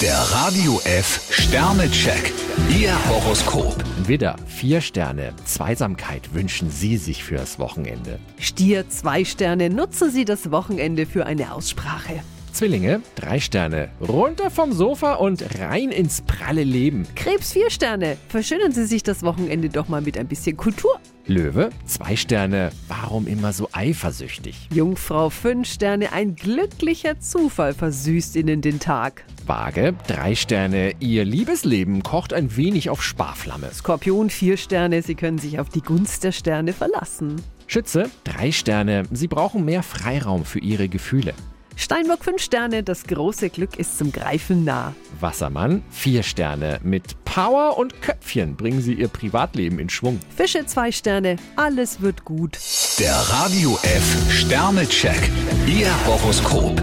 Der Radio F Sternecheck. Ihr Horoskop. Widder, vier Sterne. Zweisamkeit wünschen Sie sich fürs Wochenende. Stier zwei Sterne, nutzen Sie das Wochenende für eine Aussprache. Zwillinge, drei Sterne. Runter vom Sofa und rein ins pralle Leben. Krebs vier Sterne, verschönern Sie sich das Wochenende doch mal mit ein bisschen Kultur. Löwe, zwei Sterne. Warum immer so eifersüchtig? Jungfrau fünf Sterne, ein glücklicher Zufall versüßt Ihnen den Tag. Waage, drei Sterne. Ihr Liebesleben kocht ein wenig auf Sparflamme. Skorpion vier Sterne, Sie können sich auf die Gunst der Sterne verlassen. Schütze, drei Sterne. Sie brauchen mehr Freiraum für Ihre Gefühle. Steinbock fünf Sterne, das große Glück ist zum Greifen nah. Wassermann, vier Sterne. Mit Power und Köpfchen bringen Sie Ihr Privatleben in Schwung. Fische zwei Sterne, alles wird gut. Der Radio F Sternecheck. Ihr Horoskop.